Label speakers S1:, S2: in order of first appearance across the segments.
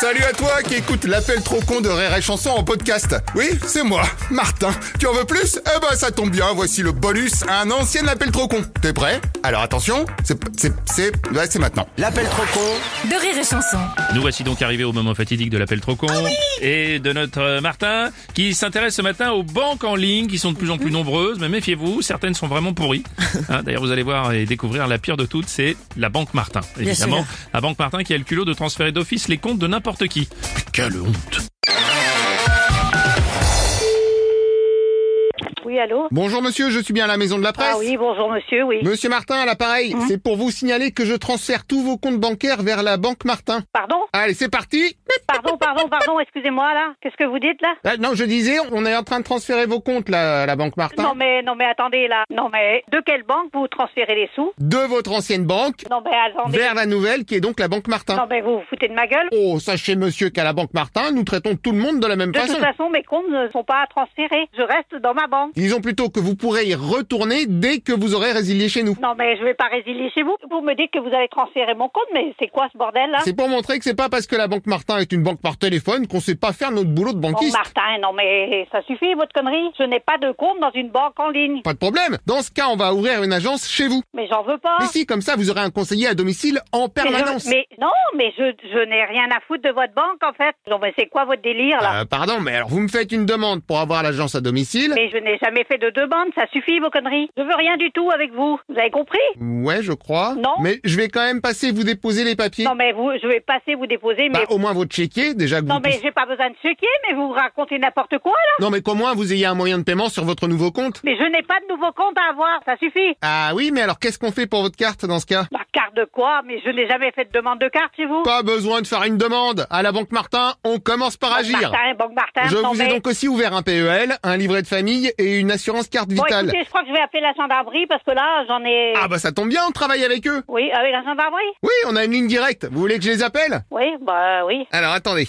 S1: Salut à toi qui écoute l'appel trop con de Rire et Chanson en podcast. Oui, c'est moi, Martin. Tu en veux plus Eh ben ça tombe bien, voici le bonus à un ancien appel trop con. T'es prêt Alors attention, c'est c'est c'est ouais, c'est maintenant.
S2: L'appel trop con
S3: de rire et chanson.
S4: Nous voici donc arrivés au moment fatidique de l'appel trop con et de notre euh, Martin qui s'intéresse ce matin aux banques en ligne qui sont de plus en plus nombreuses. Mais méfiez-vous, certaines sont vraiment pourries. Hein, D'ailleurs, vous allez voir et découvrir la pire de toutes, c'est la banque Martin. Évidemment, la banque Martin qui a le culot de transférer d'office les comptes de n'importe qui. Mais Quelle honte
S5: Oui, allô
S1: Bonjour monsieur, je suis bien à la maison de la presse.
S5: Ah oui, Mhm. bonjour monsieur, oui.
S1: Monsieur Martin, à l'appareil, c'est pour vous signaler que je transfère tous vos comptes bancaires vers la banque Martin.
S5: Pardon
S1: Allez, c'est parti
S5: Pardon, pardon, pardon, excusez-moi là. Qu'est-ce que vous dites là
S1: Ah, Non, je disais, on est en train de transférer vos comptes là, à la banque Martin.
S5: Non mais, non mais attendez là. Non mais, de quelle banque vous transférez les sous
S1: De votre ancienne banque
S5: Non mais attendez.
S1: vers la nouvelle qui est donc la banque Martin.
S5: Non mais vous vous foutez de ma gueule
S1: Oh, sachez monsieur qu'à la banque Martin, nous traitons tout le monde de la même
S5: De
S1: façon.
S5: toute façon, mes comptes ne sont pas à transférer. Je reste dans ma banque.
S1: Disons plutôt que vous pourrez y retourner dès que vous aurez résilié chez nous.
S5: Non mais je vais pas résilier chez vous. Vous me dites que vous allez transférer mon compte, mais c'est quoi ce bordel là
S1: C'est pour montrer que c'est pas parce que la banque Martin est une banque par téléphone qu'on sait pas faire notre boulot de
S5: Bon
S1: banquiste.
S5: Martin, non mais ça suffit votre connerie. Je n'ai pas de compte dans une banque en ligne.
S1: Pas de problème. Dans ce cas, on va ouvrir une agence chez vous.
S5: Mais j'en veux pas.
S1: Mais si, comme ça, vous aurez un conseiller à domicile en
S5: Ah. Mais je-
S1: permanence.
S5: mais non, mais je, je n'ai rien à foutre de votre banque en fait. Non mais c'est quoi votre délire là
S1: Euh, pardon, mais alors vous me faites une demande pour avoir l'agence à domicile.
S5: Mais je n'ai jamais fait de demande, ça suffit vos conneries. Je veux rien du tout avec vous. Vous avez compris
S1: Ouais, je crois.
S5: Non.
S1: Mais je vais quand même passer vous déposer les papiers.
S5: Non mais vous, je vais passer vous déposer,
S1: Bah,
S5: mais
S1: au moins vous checker, déjà que
S5: non
S1: vous
S5: mais
S1: puissiez-
S5: j'ai pas besoin de checker, mais vous racontez n'importe quoi là.
S1: Non, mais qu'au moins vous ayez un moyen de paiement sur votre nouveau compte.
S5: Mais je n'ai pas de nouveau compte à avoir, ça suffit.
S1: Ah oui, mais alors qu'est-ce qu'on fait pour votre carte dans ce cas
S5: La carte de quoi Mais je n'ai jamais fait de demande de carte chez vous.
S1: Pas besoin de faire une demande. À la Banque Martin, on commence par
S5: Banque
S1: agir.
S5: Martin, Banque Martin,
S1: Je
S5: non
S1: vous ai
S5: mais-
S1: donc aussi ouvert un PEL, un livret de famille et une assurance carte
S5: Bon
S1: vitale.
S5: écoutez, je crois que je vais appeler la gendarmerie parce que là j'en ai.
S1: ah bah ça tombe bien, on travaille avec eux.
S5: Oui, avec la gendarmerie.
S1: Oui, on a une ligne directe. Vous voulez que je les appelle
S5: Oui, bah oui.
S1: Alors attendez.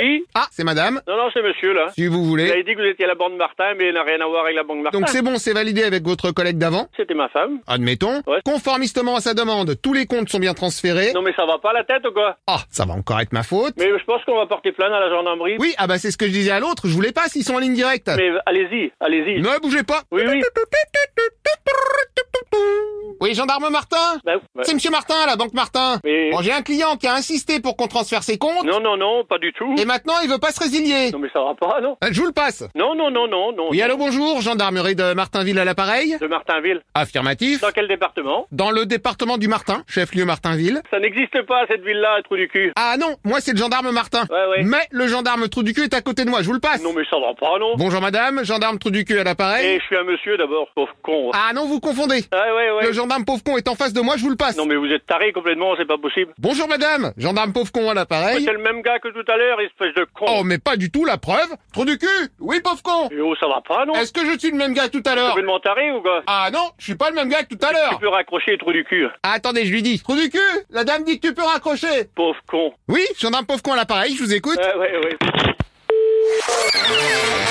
S6: Oui
S1: Ah, c'est madame,
S6: Non, non, c'est monsieur, là.
S1: si vous
S6: Vous
S1: voulez.
S6: avez dit que vous étiez à la banque Martin, mais elle n'a rien à voir avec la banque Martin.
S1: Donc c'est bon, c'est validé avec votre collègue d'avant.
S6: C'était ma femme.
S1: Admettons.
S6: Ouais.
S1: Conformistement à sa demande, tous les comptes sont bien transférés.
S6: Non, mais ça va pas la tête ou quoi
S1: Ah, ça va encore être ma faute.
S6: Mais je pense qu'on va porter plainte à la gendarmerie.
S1: Oui, ah bah c'est ce que je disais à l'autre, je voulais pas s'ils sont en ligne directe.
S6: Mais allez-y, allez-y.
S1: Ne bougez pas.
S6: Oui, oui.
S1: Oui, gendarme Martin
S6: Ben, ben,
S1: C'est monsieur Martin, la banque Martin.
S6: Mais-
S1: Bon, j'ai un client qui a insisté pour qu'on transfère ses comptes.
S6: Non, non, non, pas du tout.
S1: Et maintenant, il veut pas se résilier.
S6: Non, mais ça va pas, non
S1: Euh, Je vous le passe.
S6: Non, non, non, non, non.
S1: Oui, allô, bonjour, gendarmerie de Martinville à l'appareil.
S6: De Martinville.
S1: Affirmatif.
S6: Dans quel département
S1: Dans le département du Martin, chef-lieu Martinville.
S6: Ça n'existe pas, cette ville-là, trou du cul.
S1: Ah non, moi c'est le gendarme Martin.
S6: Ouais, ouais.
S1: Mais le gendarme trou du cul est à côté de moi, je vous le passe.
S6: Non, mais ça va pas, non
S1: Bonjour madame, gendarme trou du cul à l'appareil.
S6: Eh, je suis un monsieur, d'abord, pauvre con.
S1: Ah non, vous confondez.
S6: Ah, ouais, ouais.
S1: Le gendarme pauvre con est en face de moi, je vous le passe.
S6: Non, mais vous êtes taré complètement, c'est pas possible.
S1: Bonjour madame, gendarme pauvre con à l'appareil.
S6: C'est le même gars que tout à l'heure, espèce de con.
S1: Oh mais pas du tout, la preuve. Trou du cul Oui pauvre con
S6: Eh, oh, ça va pas, non
S1: Est-ce que je suis le même gars que tout à
S6: T'as
S1: l'heure
S6: envie de m'en tarer ou quoi
S1: Ah non, je suis pas le même gars que tout à
S6: Tu
S1: l'heure.
S6: peux raccrocher, trou du cul.
S1: Ah, attendez, je lui dis. Trou du cul La dame dit que tu peux raccrocher.
S6: Pauvre con. Ah
S1: Oui, gendarme pauvre con à l'appareil, je vous écoute.
S6: Ouais, ouais, ouais.